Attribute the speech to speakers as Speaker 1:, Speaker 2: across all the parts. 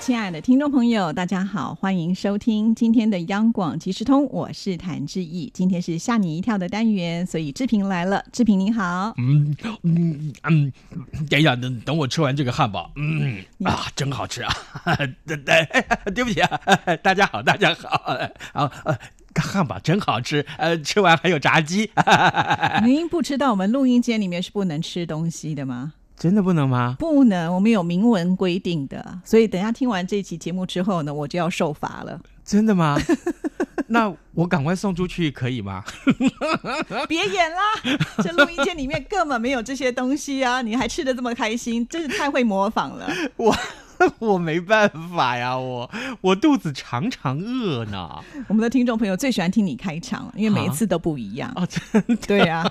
Speaker 1: 亲爱的听众朋友，大家好，欢迎收听今天的央广即时通，我是谭志毅。今天是吓你一跳的单元，所以志平来了，志平你 好。
Speaker 2: 嗯嗯嗯，等一下，等等我吃完这个汉堡，嗯啊，真好吃啊！对对，对不起啊，大家好，大家好啊啊，汉堡真好吃，呃，吃完还有炸鸡，
Speaker 1: 您不知道我们录音间里面是不能吃东西的吗？
Speaker 2: 真的不能吗？
Speaker 1: 不能，我们有明文规定的，所以等一下听完这期节目之后呢，我就要受罚了。
Speaker 2: 真的 吗？那我赶快送出去可以吗？呃
Speaker 1: 别 演啦，这录音间里面根本没有这些东西啊！你还吃的这么开心，真是太会模仿了。
Speaker 2: 我 我没办法呀，我我肚子常常饿呢。
Speaker 1: 我们的听众朋友最喜欢听你开场了，因为每一次都不一样。
Speaker 2: 哦，真的
Speaker 1: 对啊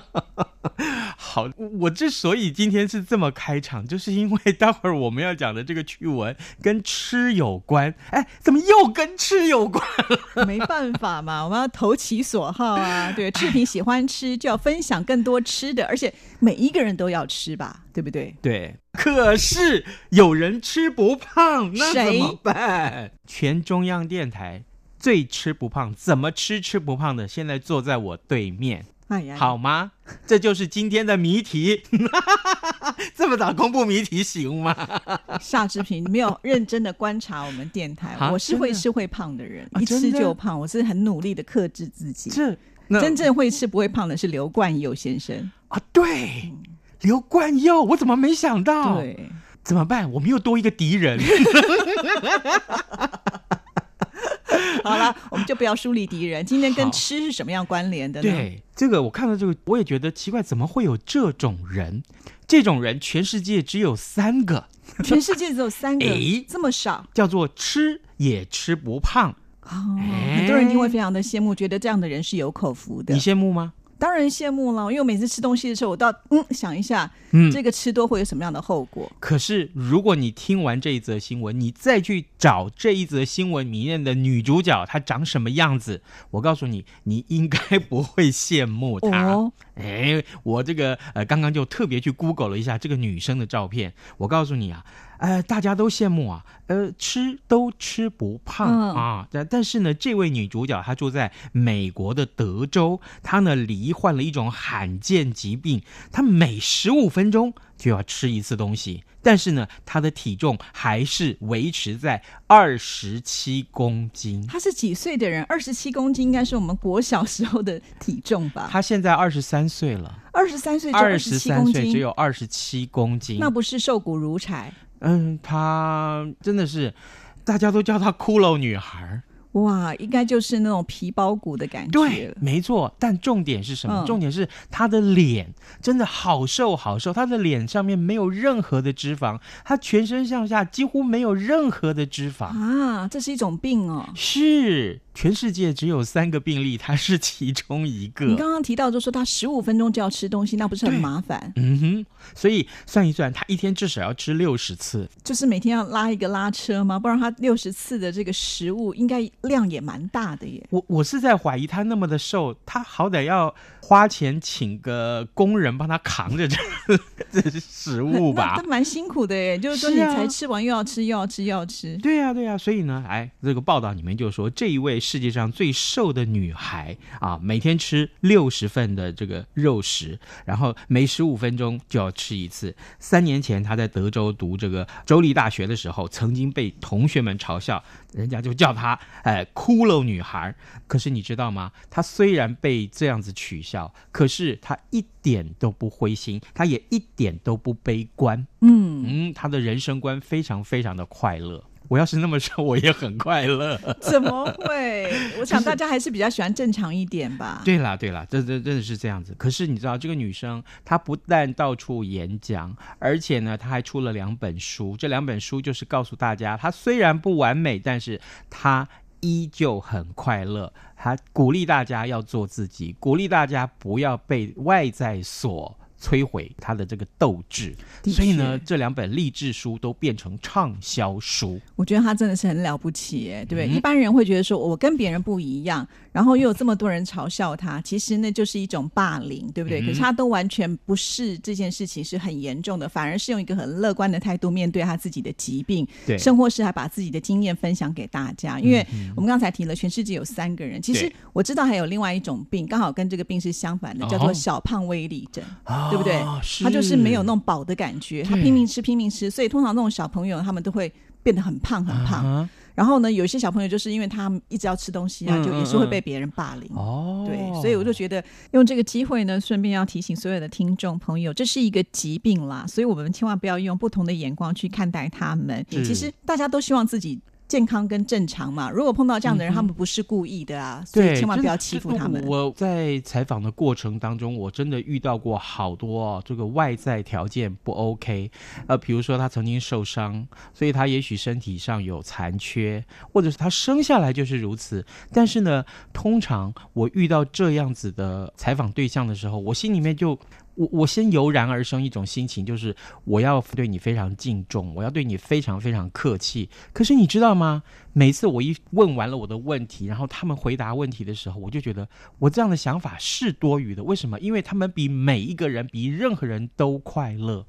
Speaker 1: 呀、
Speaker 2: 好，我之所以今天是这么开场，就是因为待会儿我们要讲的这个趣闻跟吃有关。哎，怎么又跟吃有关？
Speaker 1: 没办法嘛，我们要投其所好啊。对，志平喜欢吃，就要分享更多吃的，而且每一个人都要吃吧，对不对？
Speaker 2: 对，可是有人吃不胖，那怎
Speaker 1: 谁
Speaker 2: 么办？全中央电台最吃不胖，怎么吃吃不胖的，现在坐在我对面，
Speaker 1: 哎呀，
Speaker 2: 好吗？这就是今天的谜题。 这么早公布谜题行吗？
Speaker 1: 夏志平，你没有认真的观察我们电台，
Speaker 2: 啊
Speaker 1: 我是
Speaker 2: 真的
Speaker 1: 会吃会胖的人，
Speaker 2: 啊
Speaker 1: 一吃
Speaker 2: 真的
Speaker 1: 就胖，我是很努力的克制自己。
Speaker 2: 这那
Speaker 1: 真正会吃不会胖的是刘冠佑先生，
Speaker 2: 啊，对，刘冠佑，我怎么没想到？，
Speaker 1: 对，
Speaker 2: 怎么办？我们又多一个敌人。
Speaker 1: 好了，我们就不要树立敌人。今天跟
Speaker 2: 好
Speaker 1: 吃是什么样关联的呢？，
Speaker 2: 对，这个我看到这个，我也觉得奇怪，怎么会有这种人？这种人全世界只有三个，
Speaker 1: 全世界只有三个
Speaker 2: 诶，
Speaker 1: 这么少
Speaker 2: 叫做吃也吃不胖。
Speaker 1: 哦，
Speaker 2: 哎
Speaker 1: 很多人因为非常的羡慕，觉得这样的人是有口福的
Speaker 2: 你。羡慕吗？
Speaker 1: 当然羡慕了，因为我每次吃东西的时候，我倒嗯想一下，
Speaker 2: 嗯
Speaker 1: 这个吃多会有什么样的后果？
Speaker 2: 可是，如果你听完这一则新闻，你再去找这一则新闻里面的女主角她长什么样子，我告诉你，你应该不啊会羡慕她。
Speaker 1: 哦，
Speaker 2: 哎，我这个呃，刚刚就特别去 Google 了一下这个女生的照片。我告诉你啊，呃，大家都羡慕啊，呃，吃都吃不胖、
Speaker 1: 嗯
Speaker 2: 啊。但但是呢，这位女主角她住在美国的德州，她呢罹患了一种罕见疾病，她每十五分钟就要吃一次东西。但是呢，她的体重还是维持在二十七公斤。
Speaker 1: 他是几岁的人？二十七公斤应该是我们国小时候的体重吧？
Speaker 2: 她现在二十三岁了，
Speaker 1: 二十三岁就
Speaker 2: 二
Speaker 1: 十
Speaker 2: 十
Speaker 1: 七
Speaker 2: 三
Speaker 1: 公
Speaker 2: 岁只
Speaker 1: 斤，
Speaker 2: 有二十七公斤，
Speaker 1: 那不是瘦骨如柴
Speaker 2: 嗯，她真的是，大家都叫她骷髅女孩儿。
Speaker 1: 哇？应该就是那种皮包骨的感觉
Speaker 2: 对
Speaker 1: 了，。
Speaker 2: 没错。但重点是什么？
Speaker 1: 嗯
Speaker 2: 重点是她的脸真的好瘦好瘦，她的脸上面没有任何的脂肪，她全身上下几乎没有任何的脂肪。
Speaker 1: 啊，这是一种病哦。
Speaker 2: 是，全世界只有三个病例，她是其中一
Speaker 1: 你
Speaker 2: 个。
Speaker 1: 刚刚提到就说他十五分钟就要吃东西，那不是很麻烦？
Speaker 2: 嗯哼，所以算一算，她一天至少要吃六十次。
Speaker 1: 就是每天要拉一个拉车吗？不然他六十次的这个食物应该量也蛮大的耶。
Speaker 2: 我我是在怀疑她那么的瘦，她好歹要花钱请个工人帮她扛着这 这食物
Speaker 1: 那
Speaker 2: 吧
Speaker 1: 那？蛮辛苦的耶，就是说你
Speaker 2: 是啊
Speaker 1: 才吃完又要吃又要吃又 要吃，
Speaker 2: 对呀、对呀、所以呢，哎，这个报道里面就说，这一位世界上最瘦的女孩啊，每天吃六十份的这个肉食，然后每十五分钟就要吃一次。三年前，她在德州读这个州立大学的时候，曾经被同学们嘲笑，人家就叫她哎骷髅女孩。可是你知道吗？她虽然被这样子取笑，可是她一点都不灰心，她也一点都不悲观。
Speaker 1: 嗯，
Speaker 2: 嗯，他的人生观非常非常的快乐。我要是那么说，我也很快乐。
Speaker 1: 怎么会？我想大家还是比较喜欢正常一点吧。
Speaker 2: 对啦，对啦，这这真的是这样子。可是你知道，这个女生她不但到处演讲，而且呢，她还出了两本书。这两本书就是告诉大家，她虽然不完美，但是她依旧很快乐。她鼓励大家要做自己，鼓励大家不要被外在所。摧毁他的这个斗志。
Speaker 1: 的
Speaker 2: 所以呢，
Speaker 1: 确
Speaker 2: 这两本励志书都变成畅销书。
Speaker 1: 我觉得他真的是很了不起，哎，对不对？
Speaker 2: 嗯
Speaker 1: 一般人会觉得说我跟别人不一样，然后又有这么多人嘲笑他，其实那就是一种霸凌，对不对？
Speaker 2: 嗯
Speaker 1: 可是他都完全不视这件事情是很严重的，反而是用一个很乐观的态度面对他自己的疾病，
Speaker 2: 对嗯
Speaker 1: 生活时还把自己的经验分享给大家。因为我们刚才提了，全世界有三个人，其实
Speaker 2: 对
Speaker 1: 我知道还有另外一种病，刚好跟这个病是相反的，叫
Speaker 2: 哦
Speaker 1: 做小胖威力症。
Speaker 2: 啊
Speaker 1: 对不对？他就是没有那种饱的感觉，他
Speaker 2: 对
Speaker 1: 拼命吃拼命吃，所以通常那种小朋友他们都会变得很胖很胖。
Speaker 2: 啊
Speaker 1: 然后呢，有一些小朋友就是因为他们一直要吃东西啊，
Speaker 2: 嗯
Speaker 1: 就也是会被别人霸凌。
Speaker 2: 哦，
Speaker 1: 对，所以我就觉得用这个机会呢，顺便要提醒所有的听众朋友，这是一个疾病啦，所以我们千万不要用不同的眼光去看待他们。
Speaker 2: 是
Speaker 1: 其实大家都希望自己。健康跟正常嘛，如果碰到这样的
Speaker 2: 嗯
Speaker 1: 人，
Speaker 2: 哼
Speaker 1: 他们不是故意的啊，所以
Speaker 2: 对，
Speaker 1: 千万
Speaker 2: 真
Speaker 1: 不要
Speaker 2: 的
Speaker 1: 欺
Speaker 2: 这
Speaker 1: 负他们。
Speaker 2: 我在采访的过程当中，我真的遇到过好多、哦、这个外在条件不 OK，呃，比如说他曾经受伤，所以他也许身体上有残缺，或者是他生下来就是如此。但是呢，通常我遇到这样子的采访对象的时候，我心里面就。我我先油然而生一种心情，就是我要对你非常敬重，我要对你非常非常客气。可是你知道吗？每次我一问完了我的问题，然后他们回答问题的时候，我就觉得我这样的想法是多余的。为什么？因为他们比每一个人、比任何人都快乐。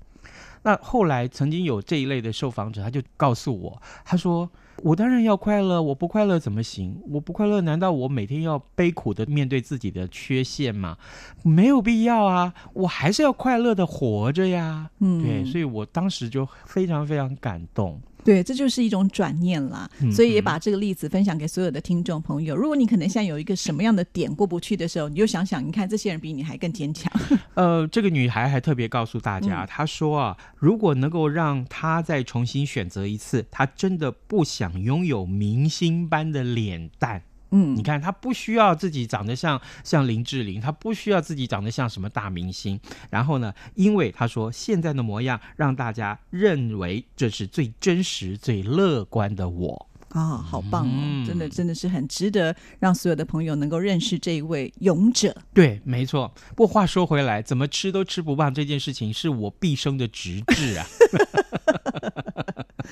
Speaker 2: 那后来曾经有这一类的受访者，他就告诉我，他说：“我当然要快乐，我不快乐怎么行？我不快乐，难道我每天要悲苦的面对自己的缺陷吗？没有必要啊，我还是要快乐的活着呀。”
Speaker 1: 嗯，
Speaker 2: 对，所以我当时就非常非常感动。
Speaker 1: 对，这就是一种转念啦，
Speaker 2: 嗯
Speaker 1: 所以也把这个例子分享给所有的听众朋友。如果你可能现在有一个什么样的点过不去的时候，你就想想，你看这些人比你还更坚强。
Speaker 2: 呃，这个女孩还特别告诉大家，
Speaker 1: 嗯
Speaker 2: 她说啊，如果能够让她再重新选择一次，她真的不想拥有明星般的脸蛋。
Speaker 1: 嗯
Speaker 2: 你，看，她不需要自己长得像像林志玲，她不需要自己长得像什么大明星。然后呢，因为她说现在的模样让大家认为这是最真实、最乐观的我。
Speaker 1: 啊、好棒哦！
Speaker 2: 嗯
Speaker 1: 真的，真的是很值得让所有的朋友能够认识这一位勇者。
Speaker 2: 对，没错。不过话说回来，怎么吃都吃不胖这件事情是我毕生的直至啊。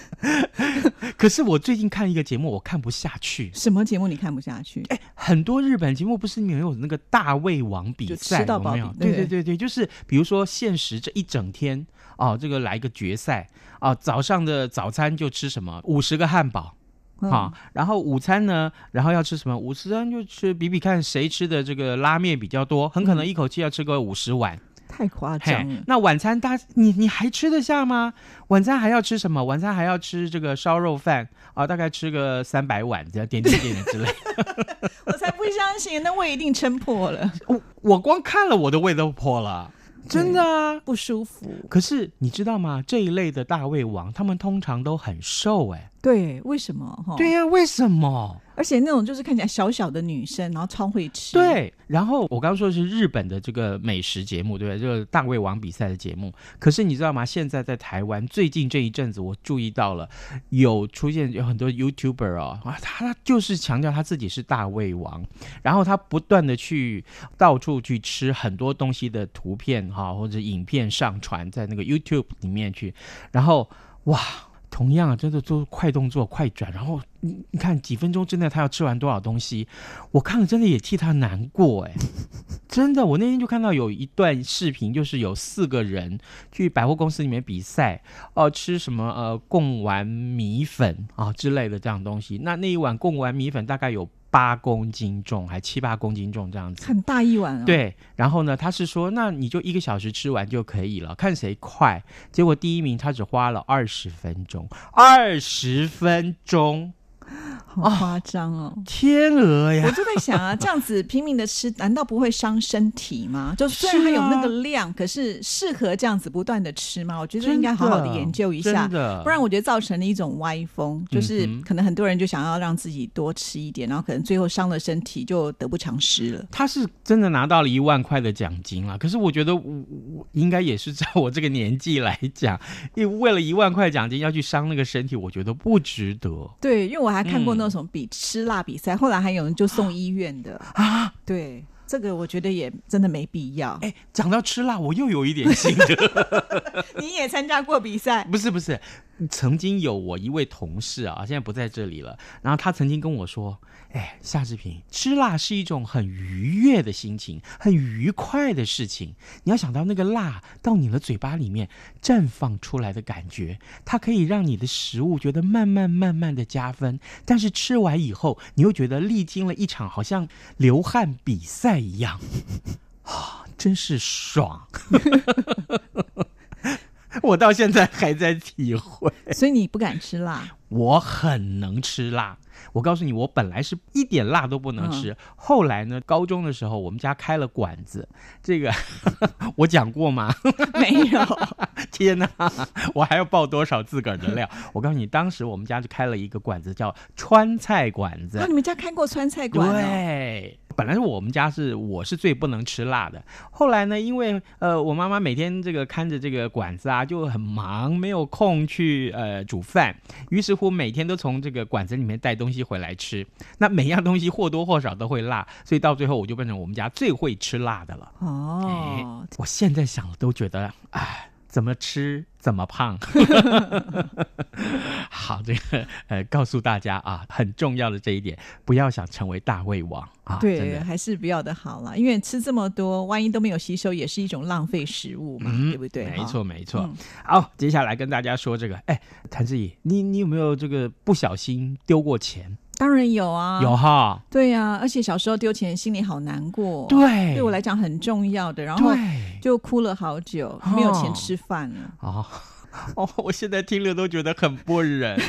Speaker 2: 可是我最近看一个节目，我看不下去。
Speaker 1: 什么节目你看不下去？
Speaker 2: 很多日本节目不是没有那个大胃王比
Speaker 1: 就
Speaker 2: 赛，
Speaker 1: 吃到
Speaker 2: 有
Speaker 1: 饱
Speaker 2: 没
Speaker 1: 比
Speaker 2: 有？
Speaker 1: 对
Speaker 2: 对对对对，就是比如说限时这一整天哦，这个来一个决赛哦，早上的早餐就吃什么五十个汉堡，
Speaker 1: 嗯
Speaker 2: 好，然后午餐呢，然后要吃什么？午餐就吃比比看谁吃的这个拉面比较多，很可能一口气要吃个五十碗。
Speaker 1: 太夸
Speaker 2: 嘿
Speaker 1: 张了，。
Speaker 2: 那晚餐大你你还吃得下吗？晚餐还要吃什么？晚餐还要吃这个烧肉饭啊，大概吃个三百碗，这样点点点点之类。
Speaker 1: 我才不相信，那胃一定撑破了，
Speaker 2: 我我光看了我的胃都破了，真的啊。
Speaker 1: 不舒服。
Speaker 2: 可是你知道吗？这一类的大胃王，他们通常都很瘦哎、
Speaker 1: 对，为什么？哈，
Speaker 2: 对，呀、为什么？
Speaker 1: 而且那种就是看起来小小的女生，然后超会吃。，
Speaker 2: 对，然后我刚刚说的是日本的这个美食节目，对不对？就是大胃王比赛的节目。可是你知道吗？现在在台湾最近这一阵子，我注意到了有出现有很多 YouTuber 哦，啊，他就是强调他自己是大胃王，然后他不断的去到处去吃很多东西的图片哈、或者影片上传在那个 YouTube 里面去，然后哇。同样啊，真的都是快动作、快转，然后你你看几分钟之内他要吃完多少东西，我看了真的也替他难过哎、真的，我那天就看到有一段视频，就是有四个人去百货公司里面比赛，哦、吃什么呃贡丸米粉啊、之类的这样东西。那那一碗贡丸米粉大概有八公斤重，还七八公斤重这样子。
Speaker 1: 很大一碗啊。，
Speaker 2: 对，然后呢，他是说，那你就一个小时吃完就可以了，看谁快。结果第一名他只花了二十分钟，二十分钟，
Speaker 1: 好夸张哦。
Speaker 2: 天鹅呀
Speaker 1: 我！就在想 啊，这样子拼命的吃，难道不会伤身体吗？就虽
Speaker 2: 啊
Speaker 1: 然它有那个量，可是适合这样子不断的吃吗？我觉得应该好好的研究一下
Speaker 2: 真，的
Speaker 1: 不然我觉得造成了一种歪风，就是
Speaker 2: 嗯哼
Speaker 1: 可能很多人就想要让自己多吃一点，然后可能最后伤了身体，就得不偿失了。
Speaker 2: 他是真的拿到了一万块的奖金了。可是我觉得我我应该也是在我这个年纪来讲，因为为了一万块奖金要去伤那个身体，我觉得不值得。
Speaker 1: 对，因为我还看过那种比吃辣比赛，后来还有人就送医院的啊，对。这个我觉得也真的没必要。
Speaker 2: 哎，讲到吃辣，我又有一点心得。
Speaker 1: 你也参加过比 赛，
Speaker 2: 不是不是，曾经有我一位同事啊，现在不在这里了。然后他曾经跟我说：“哎，夏志平，吃辣是一种很愉悦的心情，很愉快的事情。你要想到那个辣到你的嘴巴里面绽放出来的感觉，它可以让你的食物觉得慢慢慢慢的加分。但是吃完以后，你又觉得历经了一场好像流汗比赛一样，啊，真是爽。”我到现在还在体会，
Speaker 1: 所以你不敢吃 辣。
Speaker 2: 我很能吃辣。我告诉你，我本来是一点辣都不能吃。后来呢，高中的时候，我们家开了馆子，这个 我讲过吗？
Speaker 1: 没 有，
Speaker 2: 天哪，我还要爆多少自个儿的料？我告诉你，当时我们家就开了一个馆子，叫川菜馆子
Speaker 1: 那。哦你们家开过川菜馆哦？
Speaker 2: 对，本来我们家是我是最不能吃辣的，后来呢，因为呃我妈妈每天这个看着这个馆子啊就很忙，没有空去呃煮饭，于是乎每天都从这个馆子里面带东西回来吃，那每样东西或多或少都会辣，所以到最后我就变成我们家最会吃辣的了。
Speaker 1: 哦，
Speaker 2: 我现在想都觉得，哎，怎么吃怎么 胖。好，这个呃，告诉大家啊，很重要的这一点，不要想成为大胃王啊，真
Speaker 1: 对，
Speaker 2: 的。
Speaker 1: 还是不哎要的好了，因为吃这么多，万一都没有吸收，也是一种浪费食物嘛，对不对？
Speaker 2: 没错，
Speaker 1: 哈，
Speaker 2: 没错。
Speaker 1: 嗯
Speaker 2: 好，接下来跟大家说这个，哎，谭志毅，你你有没有这个不小心丢过钱？
Speaker 1: 当然有啊，
Speaker 2: 有。哈，
Speaker 1: 对呀、而且小时候丢钱，心里好难过。，
Speaker 2: 对，
Speaker 1: 对我来讲很重要的，然后
Speaker 2: 对
Speaker 1: 就哭了好久，没有钱吃饭了。
Speaker 2: 哦。 哦，我现在听了都觉得很不 忍。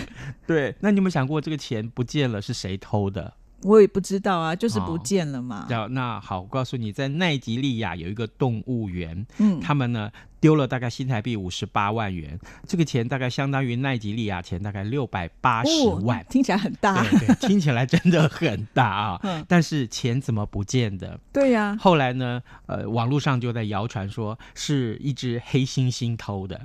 Speaker 2: 对，那你有没有想过这个钱不见了是谁偷的？
Speaker 1: 我也不知道啊，就是
Speaker 2: 哦
Speaker 1: 不见了嘛。
Speaker 2: 叫那好，我告诉你，在奈及利亚有一个动物园，
Speaker 1: 嗯，
Speaker 2: 他们呢丢了大概新台币五十八万元，这个钱大概相当于奈及利亚钱大概六百八十万
Speaker 1: 哦，。听起来很大。
Speaker 2: 对对，听起来真的很大啊！
Speaker 1: 嗯
Speaker 2: 但是钱怎么不见的？
Speaker 1: 对呀、
Speaker 2: 后来呢？呃，网络上就在谣传说是一只黑猩猩偷的，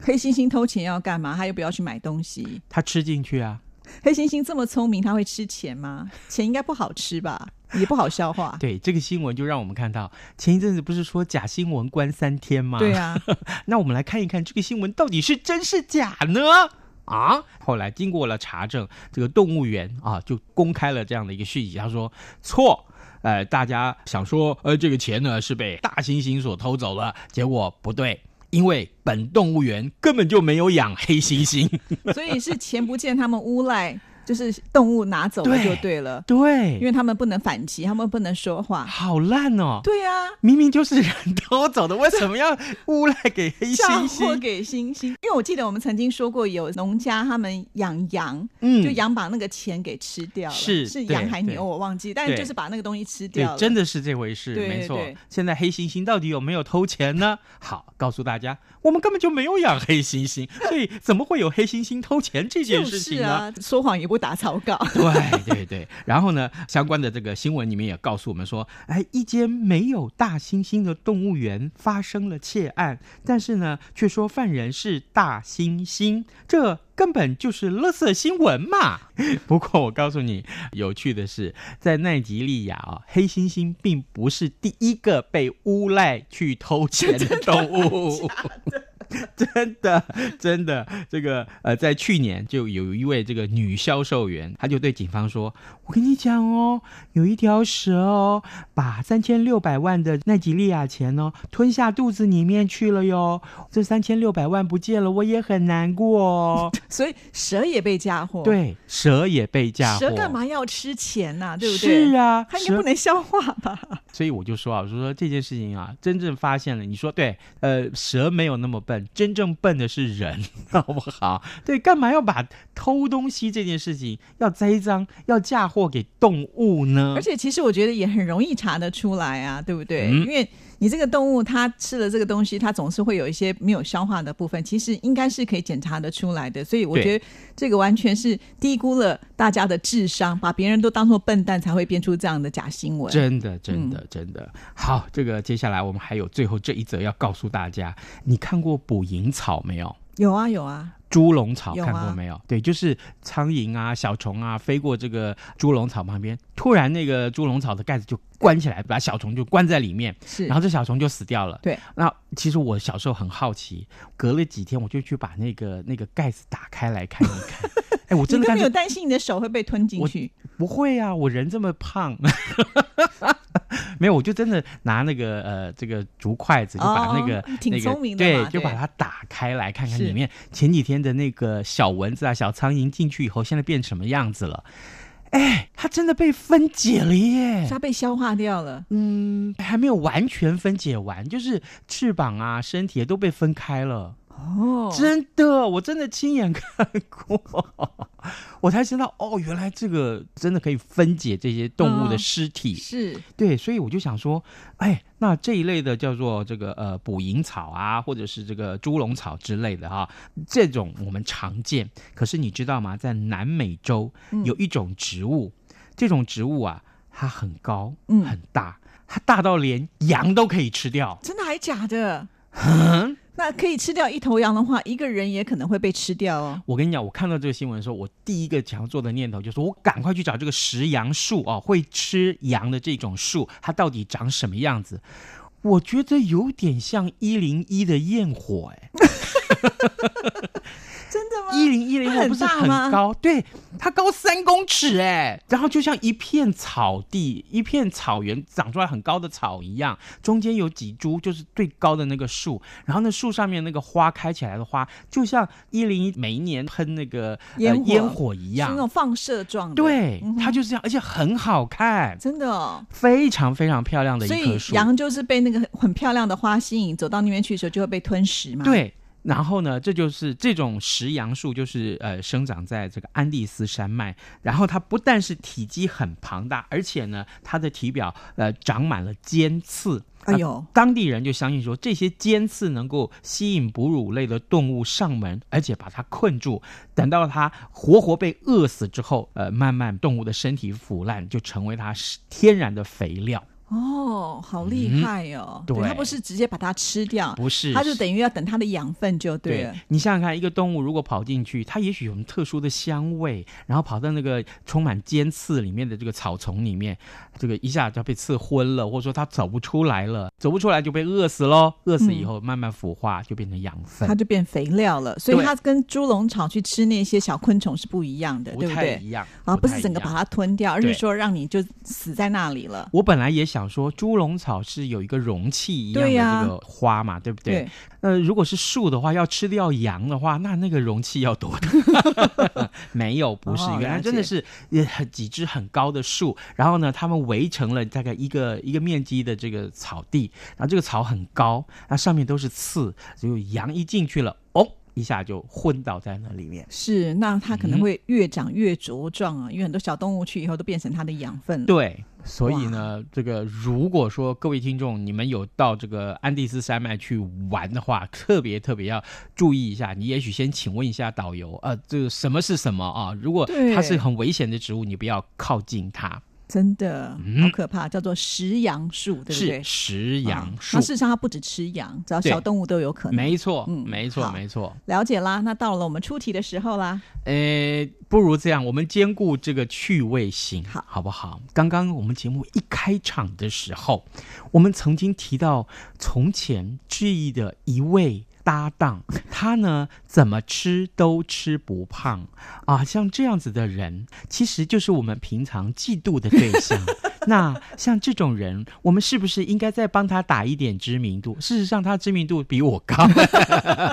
Speaker 1: 黑猩猩偷钱要干嘛？他又不要去买东西。
Speaker 2: 它吃进去啊。
Speaker 1: 黑猩猩这么聪明，他会吃钱吗？钱应该不好吃吧，也不好消化。
Speaker 2: 对，这个新闻就让我们看到，前一阵子不是说假新闻关三天吗？
Speaker 1: 对啊，
Speaker 2: 那我们来看一看这个新闻到底是真是假呢？啊！后来经过了查证，这个动物园啊就公开了这样的一个讯息，他说错。呃，大家想说，呃，这个钱呢是被大猩猩所偷走了，结果不对，因为本动物园根本就没有养黑猩猩。
Speaker 1: 所以是钱不见，他们诬赖就是动物拿走了
Speaker 2: 对
Speaker 1: 就对了，因
Speaker 2: 对，
Speaker 1: 为他们不能反击，他们不能说话。
Speaker 2: 好烂哦！
Speaker 1: 对啊，
Speaker 2: 明明就是人偷走的，为什么要诬赖给黑
Speaker 1: 嫁
Speaker 2: 猩
Speaker 1: 祸
Speaker 2: 猩？
Speaker 1: 给星星，因为我记得我们曾经说过，有农家他们养羊，
Speaker 2: 嗯
Speaker 1: 就羊把那个钱给吃掉了，
Speaker 2: 是
Speaker 1: 是
Speaker 2: 对
Speaker 1: 羊还
Speaker 2: 对
Speaker 1: 牛我忘记，但是
Speaker 2: 对
Speaker 1: 就是把那个东西吃
Speaker 2: 对
Speaker 1: 掉，了，
Speaker 2: 真
Speaker 1: 的
Speaker 2: 的是这回事，
Speaker 1: 对
Speaker 2: 没错
Speaker 1: 对。
Speaker 2: 现在黑猩猩到底有没有偷钱呢？好，告诉大家，我们根本就没有养黑猩猩，所以怎么会有黑猩猩偷钱这件
Speaker 1: 就
Speaker 2: 事
Speaker 1: 是
Speaker 2: 情呢？
Speaker 1: 啊，说谎也不打草稿，
Speaker 2: 对对对，然后呢，相关的这个新闻里面也告诉我们说，哎，一间没有大猩猩的动物园发生了窃案，但是呢，却说犯人是大猩猩，这根本就是垃圾新闻嘛。 不过我告诉你，有趣的是，在奈及利亚啊，黑猩猩并不是第一个被诬赖去偷钱的动物。真的， 真的，这个呃，在去年就有一位这个女销售员，她就对警方说：“我跟你讲哦，有一条蛇哦，把三千六百万的奈及利亚钱哦吞下肚子里面去了哟，这三千六百万不见了，我也很难过哦。
Speaker 1: 所以蛇也被嫁祸，，
Speaker 2: 对，蛇也被嫁祸，
Speaker 1: 蛇干？嘛要吃钱呐、对不对？
Speaker 2: 是啊，
Speaker 1: 它应该
Speaker 2: 蛇
Speaker 1: 不能消化吧？
Speaker 2: 所以我就说啊，我就说这件事情啊，真正发现了，你说对，呃，蛇没有那么笨，真正笨的是人， 好不好？对，干嘛要把偷东西这件事情要栽赃、要嫁祸给动物呢
Speaker 1: 而？且其实我觉得也很容易查得出来啊，对不对？
Speaker 2: 嗯
Speaker 1: 因为你这个动物它吃了这个东西，它总是会有一些没有消化的部分，其实应该是可以检查得出来的。所以我
Speaker 2: 对
Speaker 1: 觉得这个完全是低估了大家的智商，把别人都当做笨蛋才会编出这样的假新闻。
Speaker 2: 真的，真
Speaker 1: 嗯
Speaker 2: 的，真的。好，这个接下来我们还有最后这一则要告诉大家，你看过捕蝇草没有？
Speaker 1: 有啊有啊，
Speaker 2: 猪笼草
Speaker 1: 有啊
Speaker 2: 看过没有？对，就是苍蝇啊、小虫啊飞过这个猪笼草旁边，突然那个猪笼草的盖子就关起来，把小虫就关在里面，
Speaker 1: 是，
Speaker 2: 然后这小虫就死掉了。
Speaker 1: 对，
Speaker 2: 那其实我小时候很好奇，隔了几天我就去把那个那个盖子打开来看一看。 哎，我真
Speaker 1: 你
Speaker 2: 的
Speaker 1: 都
Speaker 2: 看
Speaker 1: 没有
Speaker 2: 见
Speaker 1: 担心你的手会被吞进
Speaker 2: 我
Speaker 1: 去，
Speaker 2: 不会啊，我人这么胖， 没有，我就真的拿那个呃这个竹筷子就把那个、
Speaker 1: 哦挺
Speaker 2: 那个
Speaker 1: 聪明的
Speaker 2: 对
Speaker 1: 嘛，
Speaker 2: 就
Speaker 1: 对
Speaker 2: 把它打开来看看
Speaker 1: 是
Speaker 2: 里面前几天的那个小蚊子啊、小苍蝇进去以后，现在变什么样子了？哎，它真的被分解了耶！
Speaker 1: 它被消化掉了。
Speaker 2: 嗯，还没有完全分解完，就是翅膀啊、身体都被分开了。
Speaker 1: 哦，
Speaker 2: 真的，我真的亲眼看过， 我才知道哦，原来这个真的可以分解这些动物的
Speaker 1: 嗯
Speaker 2: 尸体。
Speaker 1: 是
Speaker 2: 对，所以我就想说，哎，那这一类的叫做这个呃捕蝇草啊，或者是这个猪笼草之类的哈、这种我们常见。可是你知道吗？在南美洲
Speaker 1: 嗯
Speaker 2: 有一种植物，这种植物啊，它很高，
Speaker 1: 嗯
Speaker 2: 很大，它大到连羊都可以吃掉。
Speaker 1: 真的还假的？那可以吃掉一头羊的话，一个人也可能会被吃掉哦。
Speaker 2: 我跟你讲，我看到这个新闻的时候，我第一个想要做的念头就是，我赶快去找这个食羊树哦，会吃羊的这种树，它到底长什么样子？我觉得有点像一零一的焰火、哎，
Speaker 1: 真的吗？
Speaker 2: 一零一零
Speaker 1: 它
Speaker 2: 火
Speaker 1: 很
Speaker 2: 不是
Speaker 1: 大吗
Speaker 2: 很高？对，它高三公尺、哎，然后就像一片草地，一片草原长出来很高的草一样，中间有几株就是最高的那个树，然后那树上面那个花开起来的花，就像一零一每一年喷那个呃
Speaker 1: 烟火
Speaker 2: 烟火一
Speaker 1: 是那
Speaker 2: 样，
Speaker 1: 种放射状的。
Speaker 2: 对
Speaker 1: 嗯，哼
Speaker 2: 它就是这样，而且很好看，
Speaker 1: 真的哦。
Speaker 2: 非常非常漂亮的
Speaker 1: 所
Speaker 2: 一
Speaker 1: 以
Speaker 2: 棵树。
Speaker 1: 羊就是被那个很漂亮的花吸引，走到那边去的时候就会被吞食嘛。，
Speaker 2: 对，啊然后呢，这就是这种石杨树，就是呃生长在这个安第斯山脉。然后它不但是体积很庞大，而且呢，它的体表呃长满了尖刺。
Speaker 1: 哎呦，
Speaker 2: 当地人就相信说，这些尖刺能够吸引哺乳类的动物上门，而且把它困住，等到它活活被饿死之后，呃，慢慢动物的身体腐烂，就成为它是天然的肥料。
Speaker 1: 哦，好厉害哦！
Speaker 2: 嗯对
Speaker 1: 它不是直接把它吃掉，
Speaker 2: 不是，
Speaker 1: 它就等于要等它的养分就对了。
Speaker 2: 你想想看，一个动物如果跑进去，它也许有什么特殊的香味，然后跑到那个充满尖刺里面的这个草丛里面，这个一下就被刺昏了，或者说它走不出来了，走不出来就被饿死喽。饿死以后慢慢腐化，就变成养分
Speaker 1: 嗯它，就变肥料了，所以
Speaker 2: 对
Speaker 1: 它跟猪笼草去吃那些小昆虫是不一样的，
Speaker 2: 不
Speaker 1: 对不
Speaker 2: 太
Speaker 1: 对？
Speaker 2: 一样
Speaker 1: 啊，不
Speaker 2: 太
Speaker 1: 是整
Speaker 2: 一
Speaker 1: 个
Speaker 2: 样
Speaker 1: 把它吞掉，而是
Speaker 2: 对
Speaker 1: 说让你就死在那里了。
Speaker 2: 我本来也想说，猪笼草是有一个容器一样
Speaker 1: 对呀
Speaker 2: 的这个花嘛，对不对？
Speaker 1: 对
Speaker 2: 那呃如果是树的话，要吃掉羊的话，那那个容器要多大？ 没有，不是
Speaker 1: 哦，
Speaker 2: 原来
Speaker 1: 了
Speaker 2: 真的是也很几只很高的树，然后呢，它们围成了大概一个一个面积的这个草地，然后这个草很高，那上面都是刺，所以羊一进去了，哦，一下就昏倒在那里面。
Speaker 1: 是，那它可
Speaker 2: 嗯
Speaker 1: 能会越长越茁壮啊，因为很多小动物去以后都变成它的养分了。
Speaker 2: 对，所以呢，这个如果说各位听众你们有到这个安第斯山脉去玩的话，特别特别要注意一下。你也许先请问一下导游，呃，这个什么是什么啊？如果
Speaker 1: 对
Speaker 2: 它是很危险的植物，你不要靠近它。
Speaker 1: 真的好可怕，叫做食杨树，对不对
Speaker 2: 嗯是？食
Speaker 1: 啊
Speaker 2: 杨树
Speaker 1: 那，事实上，它不止吃羊，只要
Speaker 2: 对
Speaker 1: 小动物都有可能。
Speaker 2: 没错，
Speaker 1: 嗯
Speaker 2: 没错，
Speaker 1: 好
Speaker 2: 没错。
Speaker 1: 了解啦，那到了我们出题的时候啦，
Speaker 2: 呃，不如这样，我们兼顾这个趣味性，
Speaker 1: 好
Speaker 2: 好不好？刚刚我们节目一开场的时候，我们曾经提到从前志毅的一位搭档，他呢怎么吃都吃不胖啊，像这样子的人，其实就是我们平常嫉妒的对 象。那像这种人，我们是不是应该再帮他打一点知名度？事实上，他知名度比我高，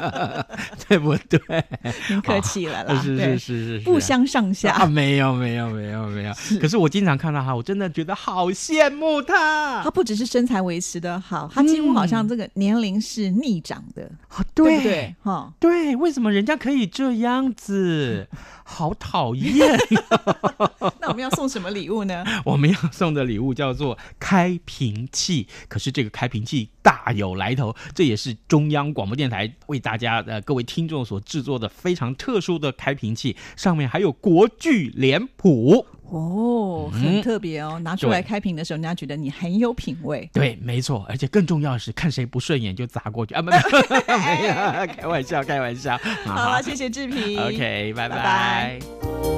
Speaker 2: 对不对？
Speaker 1: 您客 气了啦，
Speaker 2: 哦是
Speaker 1: 对
Speaker 2: 是是是是，
Speaker 1: 不相上下。
Speaker 2: 啊，没有没有没有没有。可是我经常看到他，我真的觉得好羡慕他。
Speaker 1: 它不只是身材维持的好，它几乎好
Speaker 2: 嗯
Speaker 1: 像这个年龄是逆长的，
Speaker 2: 啊
Speaker 1: 不对？ 哈、
Speaker 2: 对，为什么人家可以这样 子？好讨厌！
Speaker 1: 那我们要送什么礼物呢？
Speaker 2: 我们要送的礼物叫做开瓶器，可是这个开瓶器大有来头，这也是中央广播电台为大家呃各位听众所制作的非常特殊的开瓶器，上面还有国剧脸谱。
Speaker 1: 哦，很
Speaker 2: 嗯
Speaker 1: 特别哦，拿出来开瓶的时候，人家觉得你很有品味。
Speaker 2: 对，没错，而且更重要的是，看谁不顺眼就砸过去啊！ 没有，没有，开玩笑，开玩笑。
Speaker 1: 好了，谢谢志平。
Speaker 2: OK，拜
Speaker 1: 拜
Speaker 2: 拜。
Speaker 1: 拜